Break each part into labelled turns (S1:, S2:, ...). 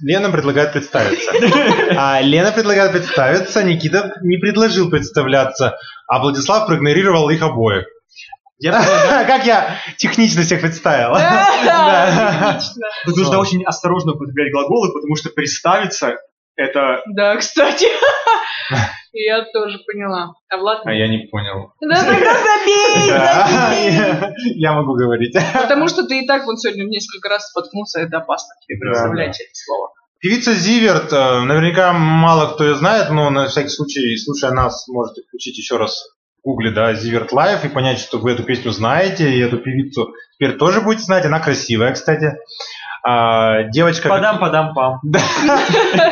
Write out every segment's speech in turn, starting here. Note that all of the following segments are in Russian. S1: Лена предлагает представиться. А Лена предлагает представиться, Никита не предложил представляться, а Владислав проигнорировал их обоих. Как я технично всех представил.
S2: Да,
S3: Тут нужно очень осторожно употреблять глаголы, потому что представиться это...
S2: Да, кстати. Я тоже поняла. А Влад?
S1: А я не понял.
S2: Да тогда забей!
S1: Да,
S2: забей.
S1: я- Я могу говорить.
S2: Потому что ты и так вон сегодня несколько раз споткнулся, это опасно тебе
S1: Да,
S2: представлять это слово.
S1: Певица Зиверт, э, наверняка мало кто ее знает, но на всякий случай, слушая нас, можете включить еще раз в гугле, да, Зиверт Лайф и понять, что вы эту песню знаете, и эту певицу теперь тоже будете знать. Она красивая, кстати. А, девочка...
S3: Падам-падам-пам.
S1: Да.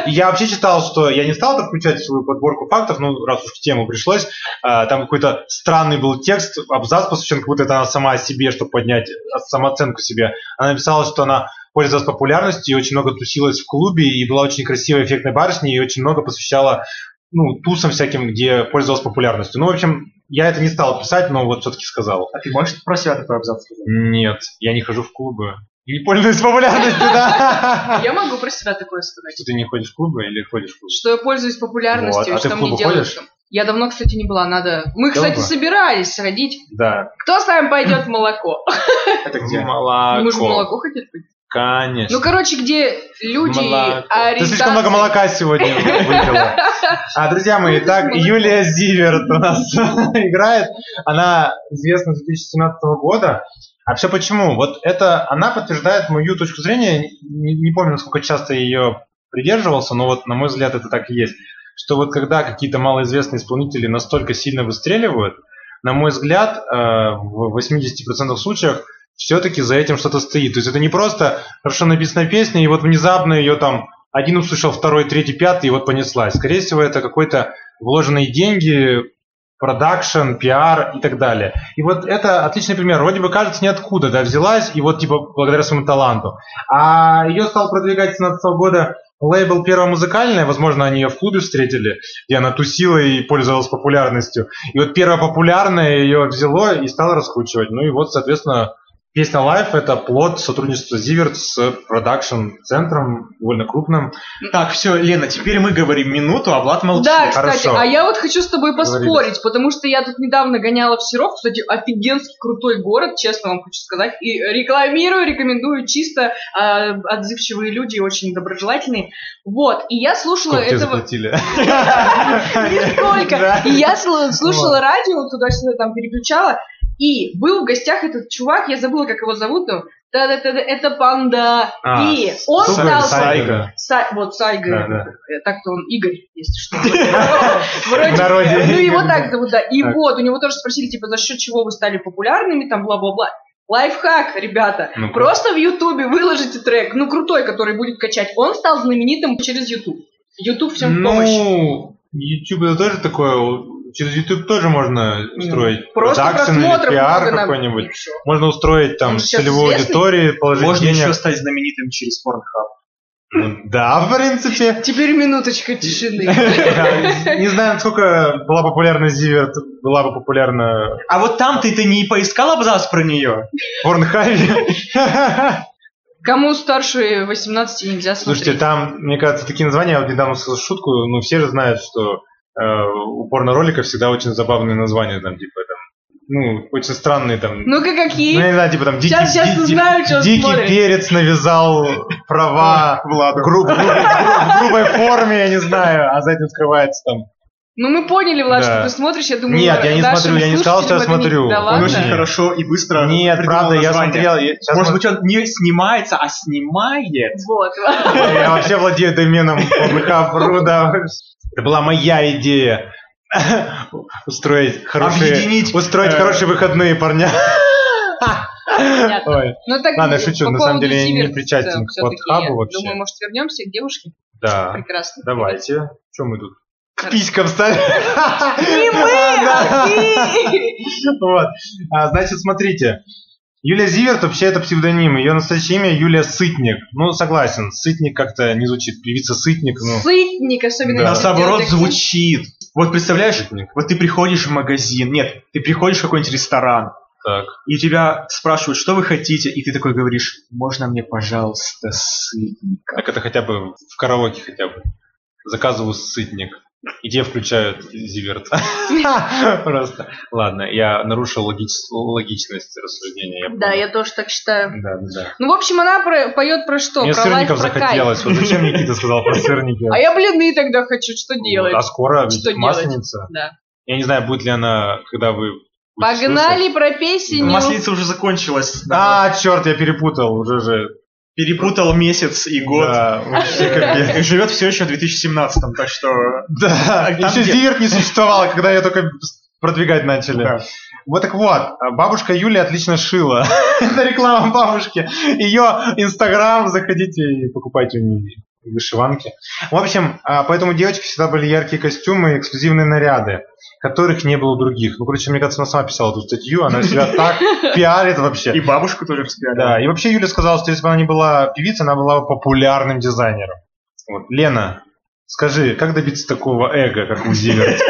S1: Я вообще читал, что я не стал это включать в свою подборку фактов, ну, раз уж в тему пришлось. А, Там какой-то странный был текст, абзац посвящен, как будто это она сама о себе, чтобы поднять а, самооценку себе. Она написала, что она пользовалась популярностью и очень много тусилась в клубе, и была очень красивой, эффектной барышней, и очень много посвящала ну, тусам всяким, где пользовалась популярностью. Ну, в общем, я это не стал писать, но вот все-таки сказал.
S3: А ты можешь про себя такой абзац сказать?
S1: Нет, я не хожу в клубы. И не пользуюсь популярностью, да?
S2: Я могу про себя такое сказать.
S1: Что ты не ходишь в клубы или ходишь в клубы?
S2: Что я пользуюсь популярностью,
S1: Вот, а
S2: и
S1: ты
S2: что
S1: в
S2: мне
S1: клубы
S2: делают.
S1: ходишь?
S2: там. Я давно, кстати, не была, надо... Мы,
S1: Давно
S2: кстати,
S1: была?
S2: собирались сходить.
S1: Да.
S2: Кто с нами пойдет в молоко?
S3: Это где?
S1: Молоко.
S2: Мы же в Ну, молоко хотели пойти.
S1: Конечно.
S2: Ну, короче, где люди
S1: Молоко.
S2: ориентации...
S1: Ты слишком много молока сегодня выпила. А, друзья мои, так, Юлия Зиверт у нас играет. Она известна с 2017 года. А все почему? Вот это, она подтверждает мою точку зрения. Не, не помню, насколько часто я ее придерживался, но вот, на мой взгляд, это так и есть. Что вот когда какие-то малоизвестные исполнители настолько сильно выстреливают, на мой взгляд, э, в 80% случаев все-таки за этим что-то стоит. То есть это не просто хорошо написанная песня, и вот внезапно ее там один услышал, второй, третий, пятый, и вот понеслась. Скорее всего, это какой-то вложенные деньги, продакшн, пиар и так далее. И вот это отличный пример. Вроде бы кажется ниоткуда, да, взялась, и вот типа благодаря своему таланту. А ее стал продвигать с 17 года лейбл «Первая музыкальная», возможно, они ее в клубе встретили, где она тусила и пользовалась популярностью. И вот «Первая популярная» ее взяло и стало раскручивать. Ну и вот, соответственно, Песня Life это плод сотрудничества Зиверт с продакшн-центром, довольно крупным.
S3: Так, все, Лена, теперь мы говорим минуту, а Влад молчит.
S2: Да, кстати,
S1: хорошо.
S2: а я вот хочу с тобой
S1: Говорили.
S2: поспорить, потому что я тут недавно гоняла в Серов, кстати, офигенский крутой город, честно вам хочу сказать, и рекламирую, рекомендую, чисто а, отзывчивые люди, очень доброжелательные, вот, и я слушала
S1: Сколько тебе
S2: этого...
S1: заплатили?
S2: Нисколько.
S1: Да.
S2: И я слу- слушала радио, туда-сюда там переключала, и был в гостях этот чувак, я забыла, как его зовут, но та-да-та-да, это панда.
S1: А,
S2: И он
S1: Супер,
S2: стал...
S1: Сайга.
S2: Са- Вот Сайга,
S1: Да, да.
S2: э, так-то он Игорь, если что. Вроде
S1: В народе
S2: бы. Ну, его
S1: Игорь,
S2: так зовут, да. И
S1: Так.
S2: вот, у него тоже спросили, типа, за счет чего вы стали популярными, там, бла-бла-бла. Лайфхак, ребята.
S1: Ну-ка.
S2: Просто в Ютубе выложите трек, ну, крутой, который будет качать. Он стал знаменитым через Ютуб. Ютуб всем в помощь.
S1: Ну, YouTube это тоже такое, через YouTube тоже можно
S2: Ну,
S1: устроить
S2: Просто
S1: продакшн или
S2: просмотров
S1: пиар
S2: много нам,
S1: какой-нибудь.
S2: и всё.
S1: Можно устроить там
S2: Он же сейчас
S1: целевую
S2: известный.
S1: аудиторию, положить
S3: Можно
S1: денег.
S3: еще стать знаменитым через порнхаб.
S1: Ну, Да, в принципе.
S2: Теперь минуточка тишины.
S1: Да, Не знаю, насколько была популярна Зиверт, была бы популярна
S3: А вот там ты-то не поискал абзац про нее?
S1: Порнхайве.
S2: Кому старше 18 нельзя смотреть?
S1: Слушайте, там, мне кажется, такие названия, я вот недавно сказал шутку, но все же знают, что э, у порно-роликов всегда очень забавные названия, там, типа, там, ну, очень странные, там, ну,
S2: Ну-ка, какие?
S1: я не знаю, типа, там, дикий,
S2: Сейчас- сейчас
S1: дикий-
S2: узнаю, что
S1: дикий
S2: смотрят.
S1: перец навязал права в гру- в гру- в гру- в грубой форме, я не знаю, а за этим скрывается там.
S2: Ну, мы поняли, Влад,
S1: Да.
S2: что ты смотришь. Я думаю,
S1: Нет, я не
S2: нашим
S1: смотрю, я не сказал, что я
S2: слушателям это не-
S1: смотрю.
S2: Да
S1: Он
S3: Он
S2: ладно?
S3: очень
S1: Нет.
S3: хорошо и быстро
S1: Нет,
S3: придумал
S1: правда, я
S3: название.
S1: смотрел, я, щас
S3: Может
S1: мы-
S3: быть, он не снимается, а снимает?
S2: Вот.
S1: я вообще владею доменом Pornhub.ru, да. Это была моя идея. Устроить хорошие,
S3: Объединить,
S1: устроить
S3: э,
S1: хорошие выходные, парня.
S2: Понятно.
S1: Ой,
S2: Ну, так,
S1: Ладно,
S2: э,
S1: шучу,
S2: по
S1: на самом
S2: поводу
S1: деле я не
S2: Зиверт,
S1: причастен
S2: э,
S1: к
S2: всё-таки
S1: подхабу
S2: я
S1: вообще.
S2: Думаю, может, вернемся к девушке?
S1: да.
S2: Прекрасно.
S1: Давайте. Что мы тут? К писькам стали.
S2: Не мы, а
S1: Да.
S2: ты!
S1: Вот. А, Значит, смотрите. Юлия Зиверт вообще это псевдоним. Ее настоящее имя Юлия Сытник. Ну, согласен, Сытник как-то не звучит. Певица Сытник, ну.
S2: Сытник, особенно.
S1: Да.
S2: если
S1: Нас,
S2: сделать
S3: Наоборот,
S2: акцент.
S3: звучит. Вот представляешь, вот ты приходишь в магазин, нет, ты приходишь в какой-нибудь ресторан,
S1: Так.
S3: И тебя спрашивают, что вы хотите, и ты такой говоришь, можно мне, пожалуйста, сытника?
S1: Так это хотя бы в караоке хотя бы. Заказываю сытник. И тебе включают зиверт. Просто. Ладно, я нарушил логичес- логичность рассуждения. я
S2: Да,
S1: понял.
S2: я тоже так считаю.
S1: Да, да,
S2: Ну, в общем, она про- поет про что?
S1: да. Мне
S2: про лайф,
S1: сырников
S2: про кайф.
S1: захотелось. Вот зачем Никита сказал про сырники?
S2: А я блины тогда хочу, что делать?
S1: А скоро ведь
S2: Что делать?
S1: масленица.
S2: Да.
S1: Я не знаю, будет ли она, когда вы... будете слушать.
S2: Погнали про песеню.
S3: Масленица уже закончилась.
S1: А, черт, я перепутал уже же.
S3: Перепутал месяц и год.
S1: Да, вообще капец.
S3: И Живет все еще в 2017, так что...
S1: Да,
S3: А там
S1: еще
S3: где?
S1: Зиверт не существовало, когда ее только продвигать начали.
S3: Да.
S1: Вот так вот, бабушка Юля отлично шила. Это реклама бабушки. Ее инстаграм, заходите и покупайте у нее вышиванки. В общем, а, поэтому у девочек всегда были яркие костюмы и эксклюзивные наряды, которых не было у других. Ну, короче, мне кажется, она сама писала эту статью, она себя так пиарит вообще.
S3: И бабушку тоже распяли.
S1: Да, и вообще Юля сказала, что если бы она не была певицей, она была бы популярным дизайнером. Вот. Лена, скажи, как добиться такого эго, как у Зиверт?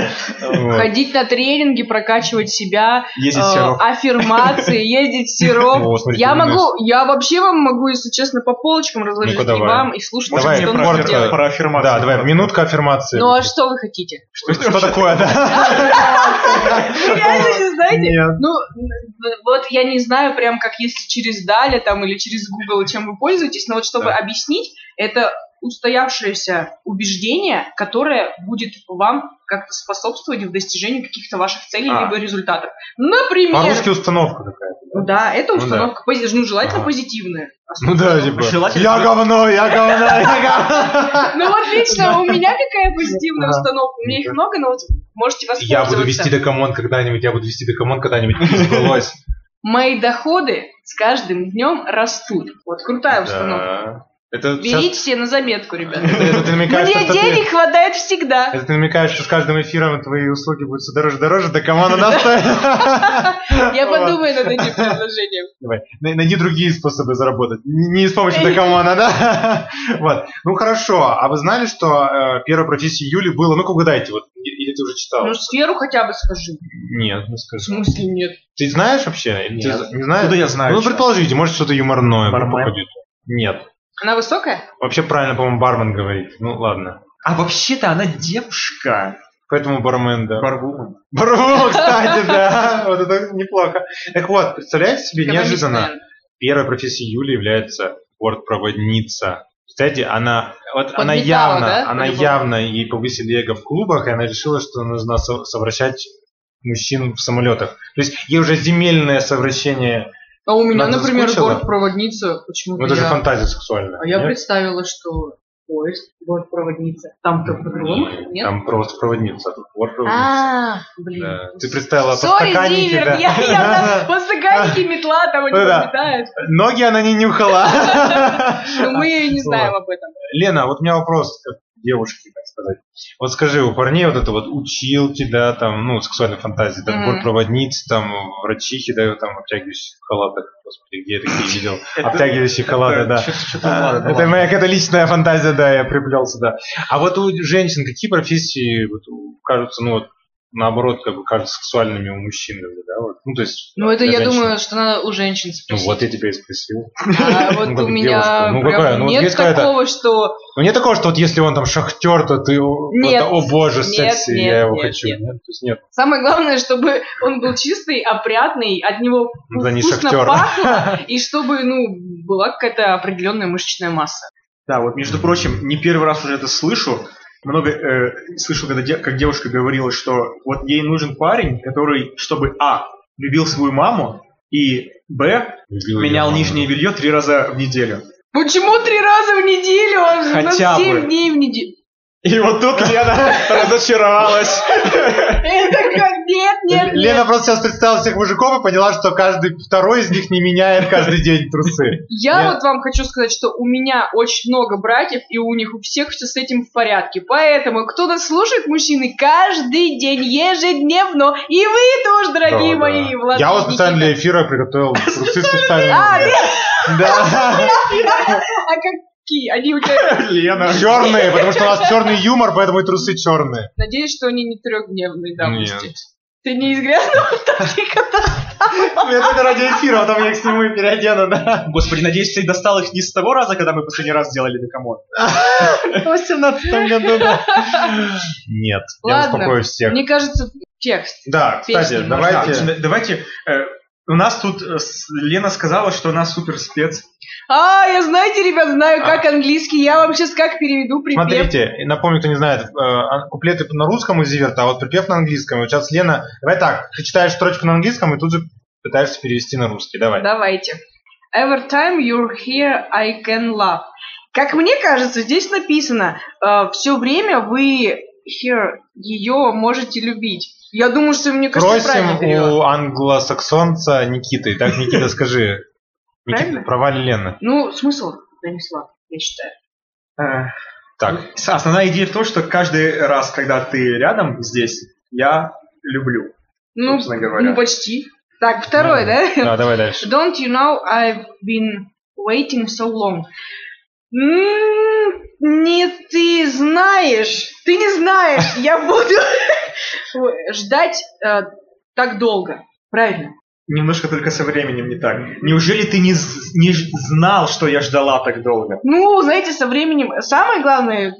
S1: Вот.
S2: Ходить на тренинги, прокачивать себя,
S3: Ездить
S2: э,
S3: в Серов.
S2: аффирмации, ездить в Серов.
S1: О, смотрите,
S2: Я
S1: у нас-
S2: могу, я вообще вам могу, если честно, по полочкам разложить
S1: Ну-ка,
S2: и
S1: давай.
S2: вам, и слушать,
S1: Можно Давай,
S2: что
S1: про-
S2: нужно
S1: коротко.
S2: делать.
S3: про аффирмацию?
S1: Да, давай, минутка аффирмации.
S2: Ну а что вы хотите?
S1: Что- Что такое, да?
S2: Реально не знаете?
S1: Нет.
S2: Ну, н- вот я не знаю прям, как если через Даля там или через Google, чем вы пользуетесь, но вот чтобы
S1: Да.
S2: объяснить, это устоявшееся убеждение, которое будет вам как-то способствовать в достижении каких-то ваших целей
S1: А.
S2: либо результатов. Например,
S1: По-русски установка какая-то.
S2: ну да, это
S1: Ну да.
S2: установка, пози- ну, желательно
S1: Ага.
S2: позитивная.
S1: Ну да, типа,
S3: Желательно-
S1: я говно, я говно, я говно.
S2: Ну вот лично у меня какая позитивная
S1: Ага.
S2: установка, у меня их много, но вот можете
S1: Я
S2: воспользоваться.
S1: буду вести докамон когда-нибудь, я буду вести докамон когда-нибудь. Не сбылось.
S2: Мои доходы с каждым днем растут. Вот крутая установка.
S1: Да. Это
S2: Берите
S1: сейчас-
S2: себе на заметку, ребята.
S1: это- это ты намекаешь,
S2: Мне
S1: что ты-
S2: денег хватает всегда.
S1: Это ты намекаешь, что с каждым эфиром твои услуги будут все дороже и дороже, да команда достоит.
S2: Я подумаю над этим предложением.
S1: Давай, най- найди другие способы заработать. Н- Не с помощью Декамона, да? Вот. Ну хорошо, а вы знали, что э, первой профессией Юли было... Ну-ка угадайте, вот, и- или ты уже читал?
S2: Ну, сферу хотя бы скажи.
S1: Нет, не
S2: В
S1: скажу.
S2: смысле нет?
S1: Ты знаешь вообще? Или ты
S3: ну, Нет.
S1: за- Не знаешь?
S3: Откуда я знаю?
S1: Ну,
S3: чё?
S1: предположите, может, что-то юморное
S3: Бармен?
S1: попадет. Нет.
S2: Она высокая?
S1: Вообще правильно, по-моему, бармен говорит. Ну, ладно.
S3: А вообще-то она девушка.
S1: Поэтому бармен, да.
S3: Барвумен.
S1: Бармен, кстати, да. Вот это неплохо. Так вот, представляете себе, неожиданно.
S2: Экономистная.
S1: первой профессией Юли является бортпроводница. Кстати, она, вот она
S2: Подметала,
S1: явно,
S2: да,
S1: она
S2: по-любому?
S1: явно ей повысили эго в клубах, и она решила, что нужно со- совращать мужчин в самолетах. То есть ей уже земельное совращение,
S2: А у меня,
S1: Надо
S2: например,
S1: заскучила?
S2: бортпроводница
S1: ну
S2: почему-то
S1: это же
S2: я...
S1: фантазия сексуальная.
S2: А я
S1: нет?
S2: представила, что поезд, бортпроводница. Там-то по-другому, нет?
S1: Там просто проводница, а тут бортпроводница.
S2: А, блин.
S1: Да. Ты представила
S2: Сори,
S1: подстаканники,
S2: Зиверт,
S1: да.
S2: я, я на подстаканнике метла там
S1: Ну да.
S2: не летает.
S1: Ноги она не нюхала.
S2: Но мы не знаем об этом.
S1: Лена, вот у меня вопрос как девушке, так сказать. Вот скажи, у парней вот это вот училки, да, там, ну, сексуальной фантазии, там,
S2: Мгм.
S1: бортпроводницы, там, врачихи, да, там, обтягивающие халаты, господи, где я такие видел, обтягивающие халаты,
S3: Э,
S1: да.
S2: Ну,
S1: А, Это моя какая-то личная фантазия, да, я приплел сюда. А вот у женщин какие профессии вот, у- кажутся, ну, вот, наоборот, как бы кажутся сексуальными у мужчин, как бы, да, вот, ну, то есть...
S2: Ну, это
S1: для
S2: я
S1: женщин.
S2: думаю, что надо у женщин
S1: Ну,
S2: спросить.
S1: вот я тебя и спросил.
S2: А вот
S1: Ну, как
S2: у меня
S1: девушка. Ну,
S2: прям
S1: какая? Ну, вот
S2: нет
S1: есть какая-то-
S2: такого, что...
S1: Ну, нет такого, что вот если он там шахтер, то ты о,
S2: Нет.
S1: просто, о боже,
S2: Нет,
S1: секси,
S2: нет,
S1: я его
S2: нет,
S1: хочу.
S2: нет.
S1: Нет, то есть нет.
S2: Самое главное, чтобы он был чистый, опрятный, от него
S1: Ну, да не
S2: вкусно
S1: шахтер.
S2: пахло, и чтобы, ну, была какая-то определенная мышечная масса.
S3: Да, вот, между прочим, не первый раз уже это слышу. Много э, слышал, когда де- как девушка говорила, что вот ей нужен парень, который, чтобы А, любил свою маму, и Б,
S1: Любил её
S3: менял
S1: мама.
S3: нижнее белье три раза в неделю.
S2: Почему три раза в неделю? Он же у нас
S3: Хотя бы.
S2: семь дней в неделю.
S3: И вот тут Лена разочаровалась.
S2: Это как? Нет, нет,
S1: Л- Лена
S2: нет.
S1: просто сейчас представила всех мужиков и поняла, что каждый второй из них не меняет каждый день трусы.
S2: Я
S1: Лен-
S2: вот вам хочу сказать, что у меня очень много братьев, и у них у всех все с этим в порядке. Поэтому кто нас слушает, мужчины, каждый день, ежедневно. И вы тоже, дорогие
S1: Да,
S2: мои.
S1: да.
S2: Влад
S1: Я
S2: и
S1: вот специально
S2: Никита.
S1: для эфира приготовил трусы
S2: А,
S1: специально. Да.
S2: А какие? Они у тебя...
S3: Лена.
S1: Черные, потому что у нас черный юмор, поэтому и трусы черные.
S2: Надеюсь, что они не трехдневные давности.
S1: Нет.
S2: Ты не из грязного вторника
S1: Я только ради эфира, потом я их сниму и переодену, да.
S3: Господи, надеюсь, ты достал их не с того раза, когда мы в последний раз делали декамон.
S1: В 18 году, да. Нет, я
S2: Ладно.
S1: успокою всех.
S2: Мне кажется, текст.
S1: Да, кстати,
S2: песни
S1: давайте...
S3: Да, а давайте э, у нас тут э, с- Лена сказала, что она супер спец.
S2: А, я знаете, ребят, знаю, как английский. Я вам сейчас как переведу припев.
S1: А. Смотрите, и напомню, кто не знает, э, ан- куплеты на русском у Зиверта, а вот припев на английском. И вот сейчас Лена, давай так, ты читаешь строчку на английском и тут же пытаешься перевести на русский. Давай.
S2: Давайте. Every time you're here, I can laugh. Как мне кажется, здесь написано, все время вы here ее можете любить. Я думаю, что мне кажется, я правильно
S1: Просим
S2: перевела.
S1: у англосаксонца Никиты. Так, Никита, скажи. Никита,
S2: Правильно?
S1: права ли Лена?
S2: Ну, смысл донесла, я считаю.
S3: Э,
S1: Так,
S3: с- основная идея в том, что каждый раз, когда ты рядом здесь, я люблю.
S2: Ну,
S3: Собственно говоря.
S2: ну, почти. Так, второй, да?
S1: да, давай дальше.
S2: Don't you know I've been waiting so long? М, Не ты знаешь, ты не знаешь, я буду ждать э, так долго. Правильно.
S3: Немножко только со временем не так. Неужели ты не, з- не ж- знал, что я ждала так долго?
S2: Ну, знаете, со временем самое главное. к-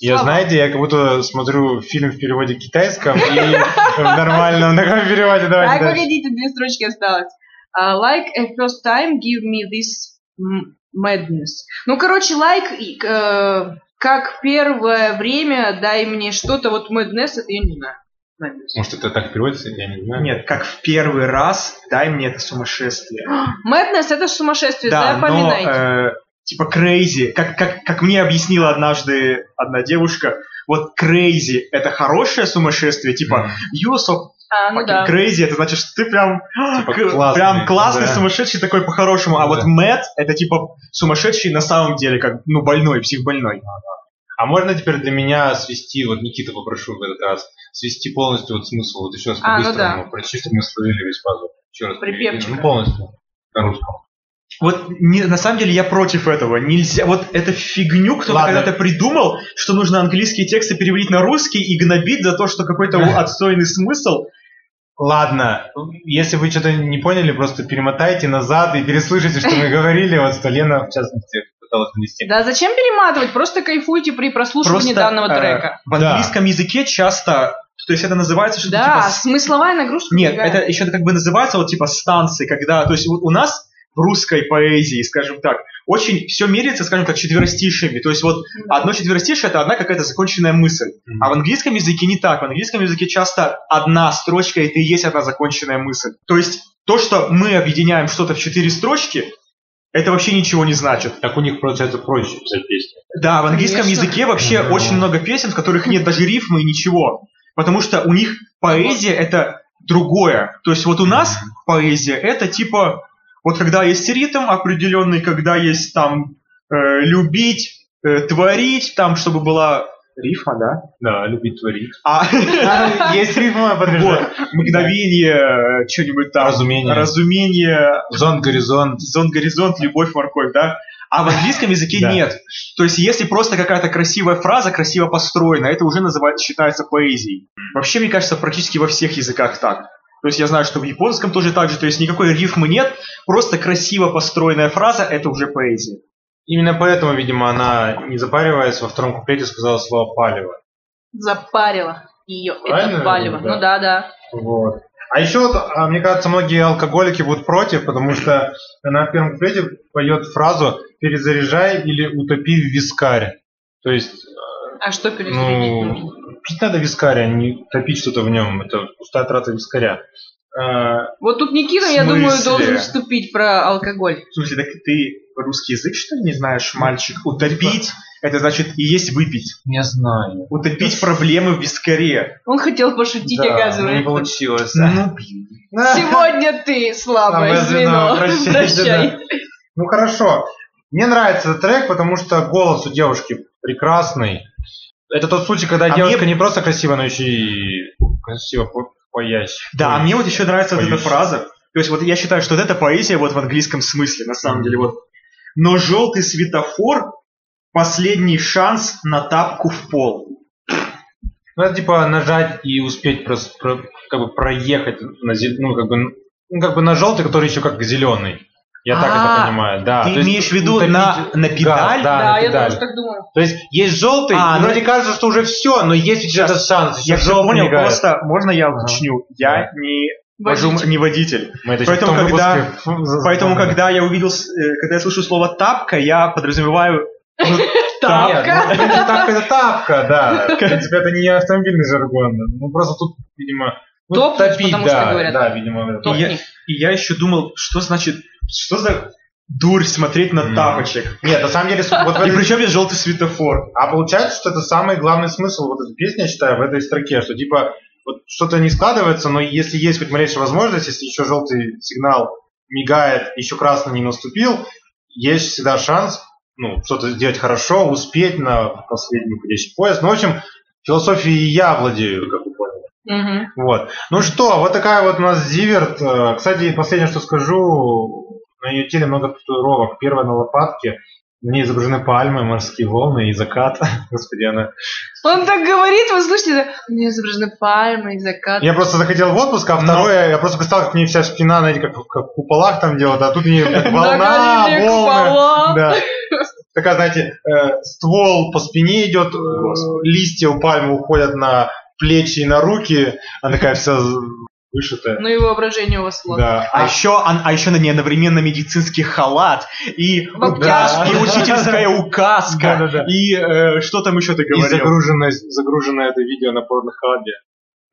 S1: Я,
S2: слова.
S1: знаете, я как будто смотрю фильм в переводе китайском и в нормальном таком переводе.
S2: Так,
S1: Давайте дальше.
S2: погодите, две строчки осталось. А, like a first time, give me this m- madness. Ну, короче, like, и, э, как первое время, дай мне что-то, вот madness, это я не знаю. Madness.
S1: Может, это так переводится? Я не знаю.
S3: Нет, как в первый раз, дай мне это сумасшествие.
S2: Madness это сумасшествие,
S3: Да, но
S2: запоминайте.
S3: э, типа crazy, как, как, как мне объяснила однажды одна девушка, вот crazy это хорошее сумасшествие, типа you so
S2: а, ну
S3: fucking
S2: да.
S3: crazy, это значит, что ты прям,
S1: Типа
S3: к-
S1: классный,
S3: прям классный
S1: да.
S3: сумасшедший такой по-хорошему, а
S1: Да.
S3: вот mad это типа сумасшедший на самом деле, как ну больной, психбольной.
S1: А можно теперь для меня свести, вот Никита попрошу в этот раз, свести полностью вот смысл, вот еще раз
S2: А, ну
S1: по-быстрому, прочти, чтобы мы словили весь пазл. Еще раз. переведи.
S2: Припевчика.
S1: Ну, полностью. На русском.
S3: Вот не- на самом деле я против этого. Нельзя. Вот это фигню кто-то
S1: Ладно.
S3: когда-то придумал, что нужно английские тексты переводить на русский и гнобить за то, что какой-то отстойный смысл.
S1: Ладно, если вы что-то не поняли, просто перемотайте назад и переслушайте, что мы говорили. Вот что Лена, в частности, пыталась донести.
S2: Да, зачем перематывать? Просто кайфуйте при прослушивании данного
S3: э,
S2: трека.
S3: в
S1: Да.
S3: английском языке часто, то есть это называется что-то
S2: Да, а
S3: типа... с-
S2: смысловая нагрузка.
S3: Нет,
S2: другая.
S3: это еще как бы называется вот типа станции, когда, то есть вот у нас в русской поэзии, скажем так, очень все меряется, скажем так, четверостишиями. То есть вот
S2: Да.
S3: одно четверостишее это одна какая-то законченная мысль. А в английском языке не так. В английском языке часто одна строчка это и есть одна законченная мысль. То есть то, что мы объединяем что-то в четыре строчки, это вообще ничего не значит.
S1: Так у них получается проще писать песни.
S3: Да, в английском
S2: Конечно.
S3: языке вообще
S1: Да.
S3: очень много песен, в которых нет даже рифмы и ничего. Потому что у них поэзия это другое. То есть вот у нас поэзия это типа вот когда есть ритм определенный, когда есть там э, любить, э, творить, там чтобы была рифма, да?
S1: Да, любить творить.
S3: А
S1: ну, Есть рифма,
S3: вот,
S1: подтверждаю.
S3: мгновение, э, что-нибудь там,
S1: Разумение.
S3: разумение,
S1: Зон, горизонт.
S3: зон горизонт, любовь, морковь, да? А в английском языке
S1: Да.
S3: нет. То есть, если просто какая-то красивая фраза, красиво построена, это уже называется, считается поэзией. Вообще, мне кажется, практически во всех языках так. То есть я знаю, что в японском тоже так же, то есть никакой рифмы нет, просто красиво построенная фраза это уже поэзия.
S1: Именно поэтому, видимо, она, не запариваясь, во втором куплете сказала слово «палево».
S2: запарило ее.
S1: Правильно
S2: Это палево.
S1: говорю, да.
S2: Ну да, да.
S1: Вот. А еще, вот, а, мне кажется, многие алкоголики будут против, потому что на первом куплете поет фразу «перезаряжай» или «утопи в вискаре». То есть,
S2: А что перезарядить? нужно?
S1: ну, пить надо вискарь, а не топить что-то в нем. Это пустая трата вискаря. А,
S2: Вот тут Никита, я думаю,
S3: смысле?
S2: должен вступить про алкоголь.
S3: В смысле, так ты русский язык, что ли, не знаешь, мальчик? Утопить это значит и есть выпить.
S1: Не знаю.
S3: Утопить проблемы в вискаре.
S2: Он хотел пошутить,
S1: Да, но не
S2: оказывается.
S1: получилось.
S3: Ну,
S2: Сегодня ты слабое
S1: Слабое звено,
S2: звено.
S1: прощай, да.
S2: Прощай.
S1: Ну хорошо. Мне нравится этот трек, потому что голос у девушки прекрасный. Это тот случай, когда
S3: А
S1: девушка не просто красивая, но еще и красиво по- поящая.
S3: Да, а мне вот еще нравится вот эта
S1: Боюсь.
S3: фраза. То есть вот я считаю, что вот это поэзия вот в английском смысле, на самом деле. Вот. Но желтый светофор – последний шанс на тапку в пол.
S1: Ну, это типа нажать и успеть прос- про- как бы проехать на зел- ну, как бы, ну, как бы на желтый, который еще как зеленый. Я так это
S3: А,
S1: понимаю, да.
S3: Ты
S1: То есть
S3: имеешь в виду
S1: утопить-
S3: на, на педаль?
S1: да,
S2: Да,
S1: на
S2: я
S1: педаль.
S2: тоже так думаю.
S1: То есть есть желтый,
S3: А,
S1: и
S3: ну-
S1: вроде кажется, что уже все, но есть еще
S3: Сейчас,
S1: этот шанс. еще
S3: Я все
S1: желтый
S3: понял,
S1: мигает.
S3: просто можно я уточню? Я не,
S2: Водитель.
S3: вожу- не водитель.
S1: Мы это еще
S3: Поэтому,
S1: в том
S3: когда-
S1: выпуске фу- за-
S3: Поэтому,
S1: вспомнили.
S3: когда я увидел, с- э, когда я слышу слово тапка, я подразумеваю
S1: Нет,
S2: Тапка.
S1: ну, это тапка это тапка, да. В принципе, это не автомобильный жаргон. Ну просто тут, видимо, ну,
S2: Топнуть,
S1: топить,
S2: потому
S1: да,
S2: что говорят.
S1: Да, видимо,
S3: Топ-
S2: Топни.
S3: И я еще думал, что значит, что за дурь смотреть на
S1: Мгм. А
S3: тапочек.
S1: Нет, на самом деле, с- вот в
S3: И
S1: этой-
S3: причем здесь желтый светофор.
S1: А получается, что это самый главный смысл вот этой песни, я считаю, в этой строке, что типа вот что-то не складывается, но если есть хоть малейшая возможность, если еще желтый сигнал мигает, еще красный не наступил, есть всегда шанс ну, что-то сделать хорошо, успеть на последний уходящий поезд. Ну, в общем, философией я владею, как вы поняли.
S2: Мгм.
S1: Вот. Ну что, вот такая вот у нас Зиверт. Э, Кстати, последнее, что скажу, на ее теле много татуировок. Первая на лопатке, на ней изображены пальмы, морские волны и закат. Господи, она...
S2: Он так говорит, вы слышите? У меня изображены пальмы и закат.
S1: Я просто захотел в отпуск, а второе, я просто представил, как мне вся спина, знаете, как, как в куполах там делают, а тут не волна,
S2: Нога
S1: волны.
S2: пополам.
S1: Да. Такая, знаете, э, ствол по спине идет, э,
S3: Господи.
S1: листья у пальмы уходят на плечи и на руки, она такая вся вышитая.
S2: Ну и воображение у вас плохо.
S1: Да.
S3: А еще, он- а еще на ней одновременно медицинский халат и,
S2: В обтяжку.
S3: и учительская указка.
S1: Да-да-да.
S3: И э, что там еще ты
S1: И
S3: говорил?
S1: загружено, загружено это видео на порнохабе.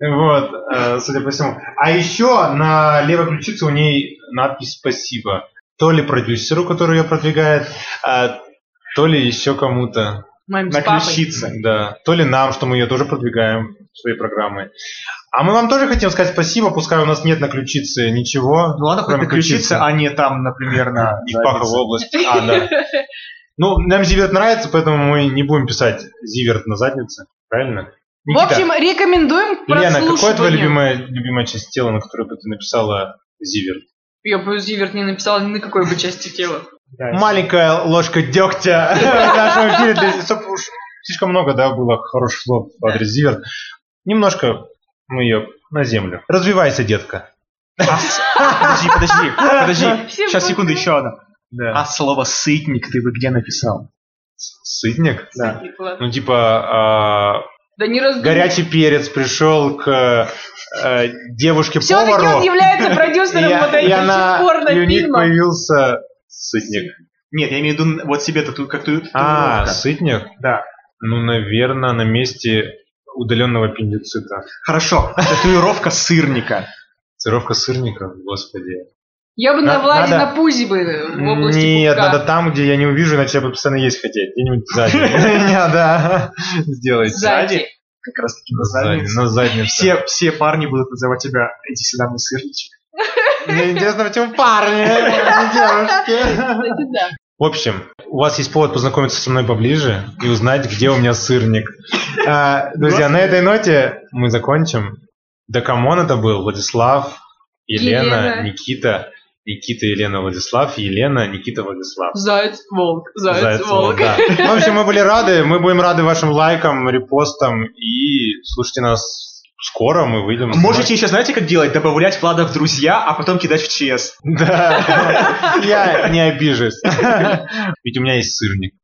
S1: Вот, э, судя по всему. А еще на левой ключице у ней надпись «Спасибо». То ли продюсеру, который ее продвигает, а, то ли еще кому-то.
S2: Маме
S3: На
S2: с папой.
S3: ключице.
S1: Да. То ли нам, что мы ее тоже продвигаем своей программой. А мы вам тоже хотим сказать спасибо, пускай у нас нет на ключице ничего.
S3: Ну ладно, хоть
S1: Кроме
S3: на ключице, а не там, например, на
S1: И в паховую область. А, да. Ну, нам Зиверт нравится, поэтому мы не будем писать Зиверт на заднице. Правильно?
S2: В
S1: Никита.
S2: общем, рекомендуем к
S1: Лена, какая твоя
S2: прослушиванию.
S1: любимая, любимая часть тела, на которую бы ты написала Зиверт?
S2: Я бы Зиверт не написала ни на какой бы части тела.
S3: Да.
S1: Маленькая ложка дегтя в нашем эфире. для- чтоб уж Слишком много, да, было хороших слов в адрес Зиверт. Немножко мы ее на землю. Развивайся, детка.
S3: Подожди, подожди, подожди.
S2: Всем
S3: Сейчас, секунду,
S2: пока.
S3: еще одна.
S1: Да.
S3: А слово «сытник» ты бы где написал?
S1: Сытник?
S3: Да.
S2: Да.
S1: Ну, типа,
S2: не
S1: а,
S2: раздумывай.
S1: горячий перец пришел к э,
S2: Все-таки он
S1: девушке-повару,
S2: является
S1: и,
S2: продюсером вот
S1: и
S2: этих
S1: она, и у них
S2: порнофильмов.
S1: появился сытник.
S3: Нет, я имею в виду вот себе тату, как тату-
S1: А,
S3: татуировка.
S1: сытник?
S3: Да.
S1: Ну, наверное, на месте удаленного аппендицита.
S3: Хорошо, татуировка сырника.
S1: Сыровка сырника, господи.
S2: Я бы
S1: На-
S2: на Владе
S1: надо-
S2: на пузе бы в области
S1: Нет,
S2: пупка.
S1: надо там, где я не увижу, иначе я буду постоянно есть хотеть. Где-нибудь сзади. Меня, да. Сделайте.
S2: сзади.
S3: Как раз таки
S1: На
S3: на
S1: задницу.
S3: задницу.
S1: На задницу.
S3: Все, все парни будут называть тебя «Иди сюда, мой сырничек».
S1: Мне интересно, почему парни, а не девушки.
S2: Кстати, да.
S1: В общем, у вас есть повод познакомиться со мной поближе и узнать, где у меня сырник. А, Друзья, на этой ноте мы закончим. Да камон это был Владислав, Елена,
S2: Елена.
S1: Никита, Никита, Елена, Владислав, Елена, Никита, Владислав.
S2: Заяц, волк, заяц, волк.
S1: да. Ну, В общем, мы были рады, мы будем рады вашим лайкам, репостам и слушайте нас скоро, мы выйдем.
S3: Можете еще, знаете, как делать? Добавлять Влада в друзья, а потом кидать в ЧС.
S1: Да, я не обижусь. Ведь у меня есть сырник.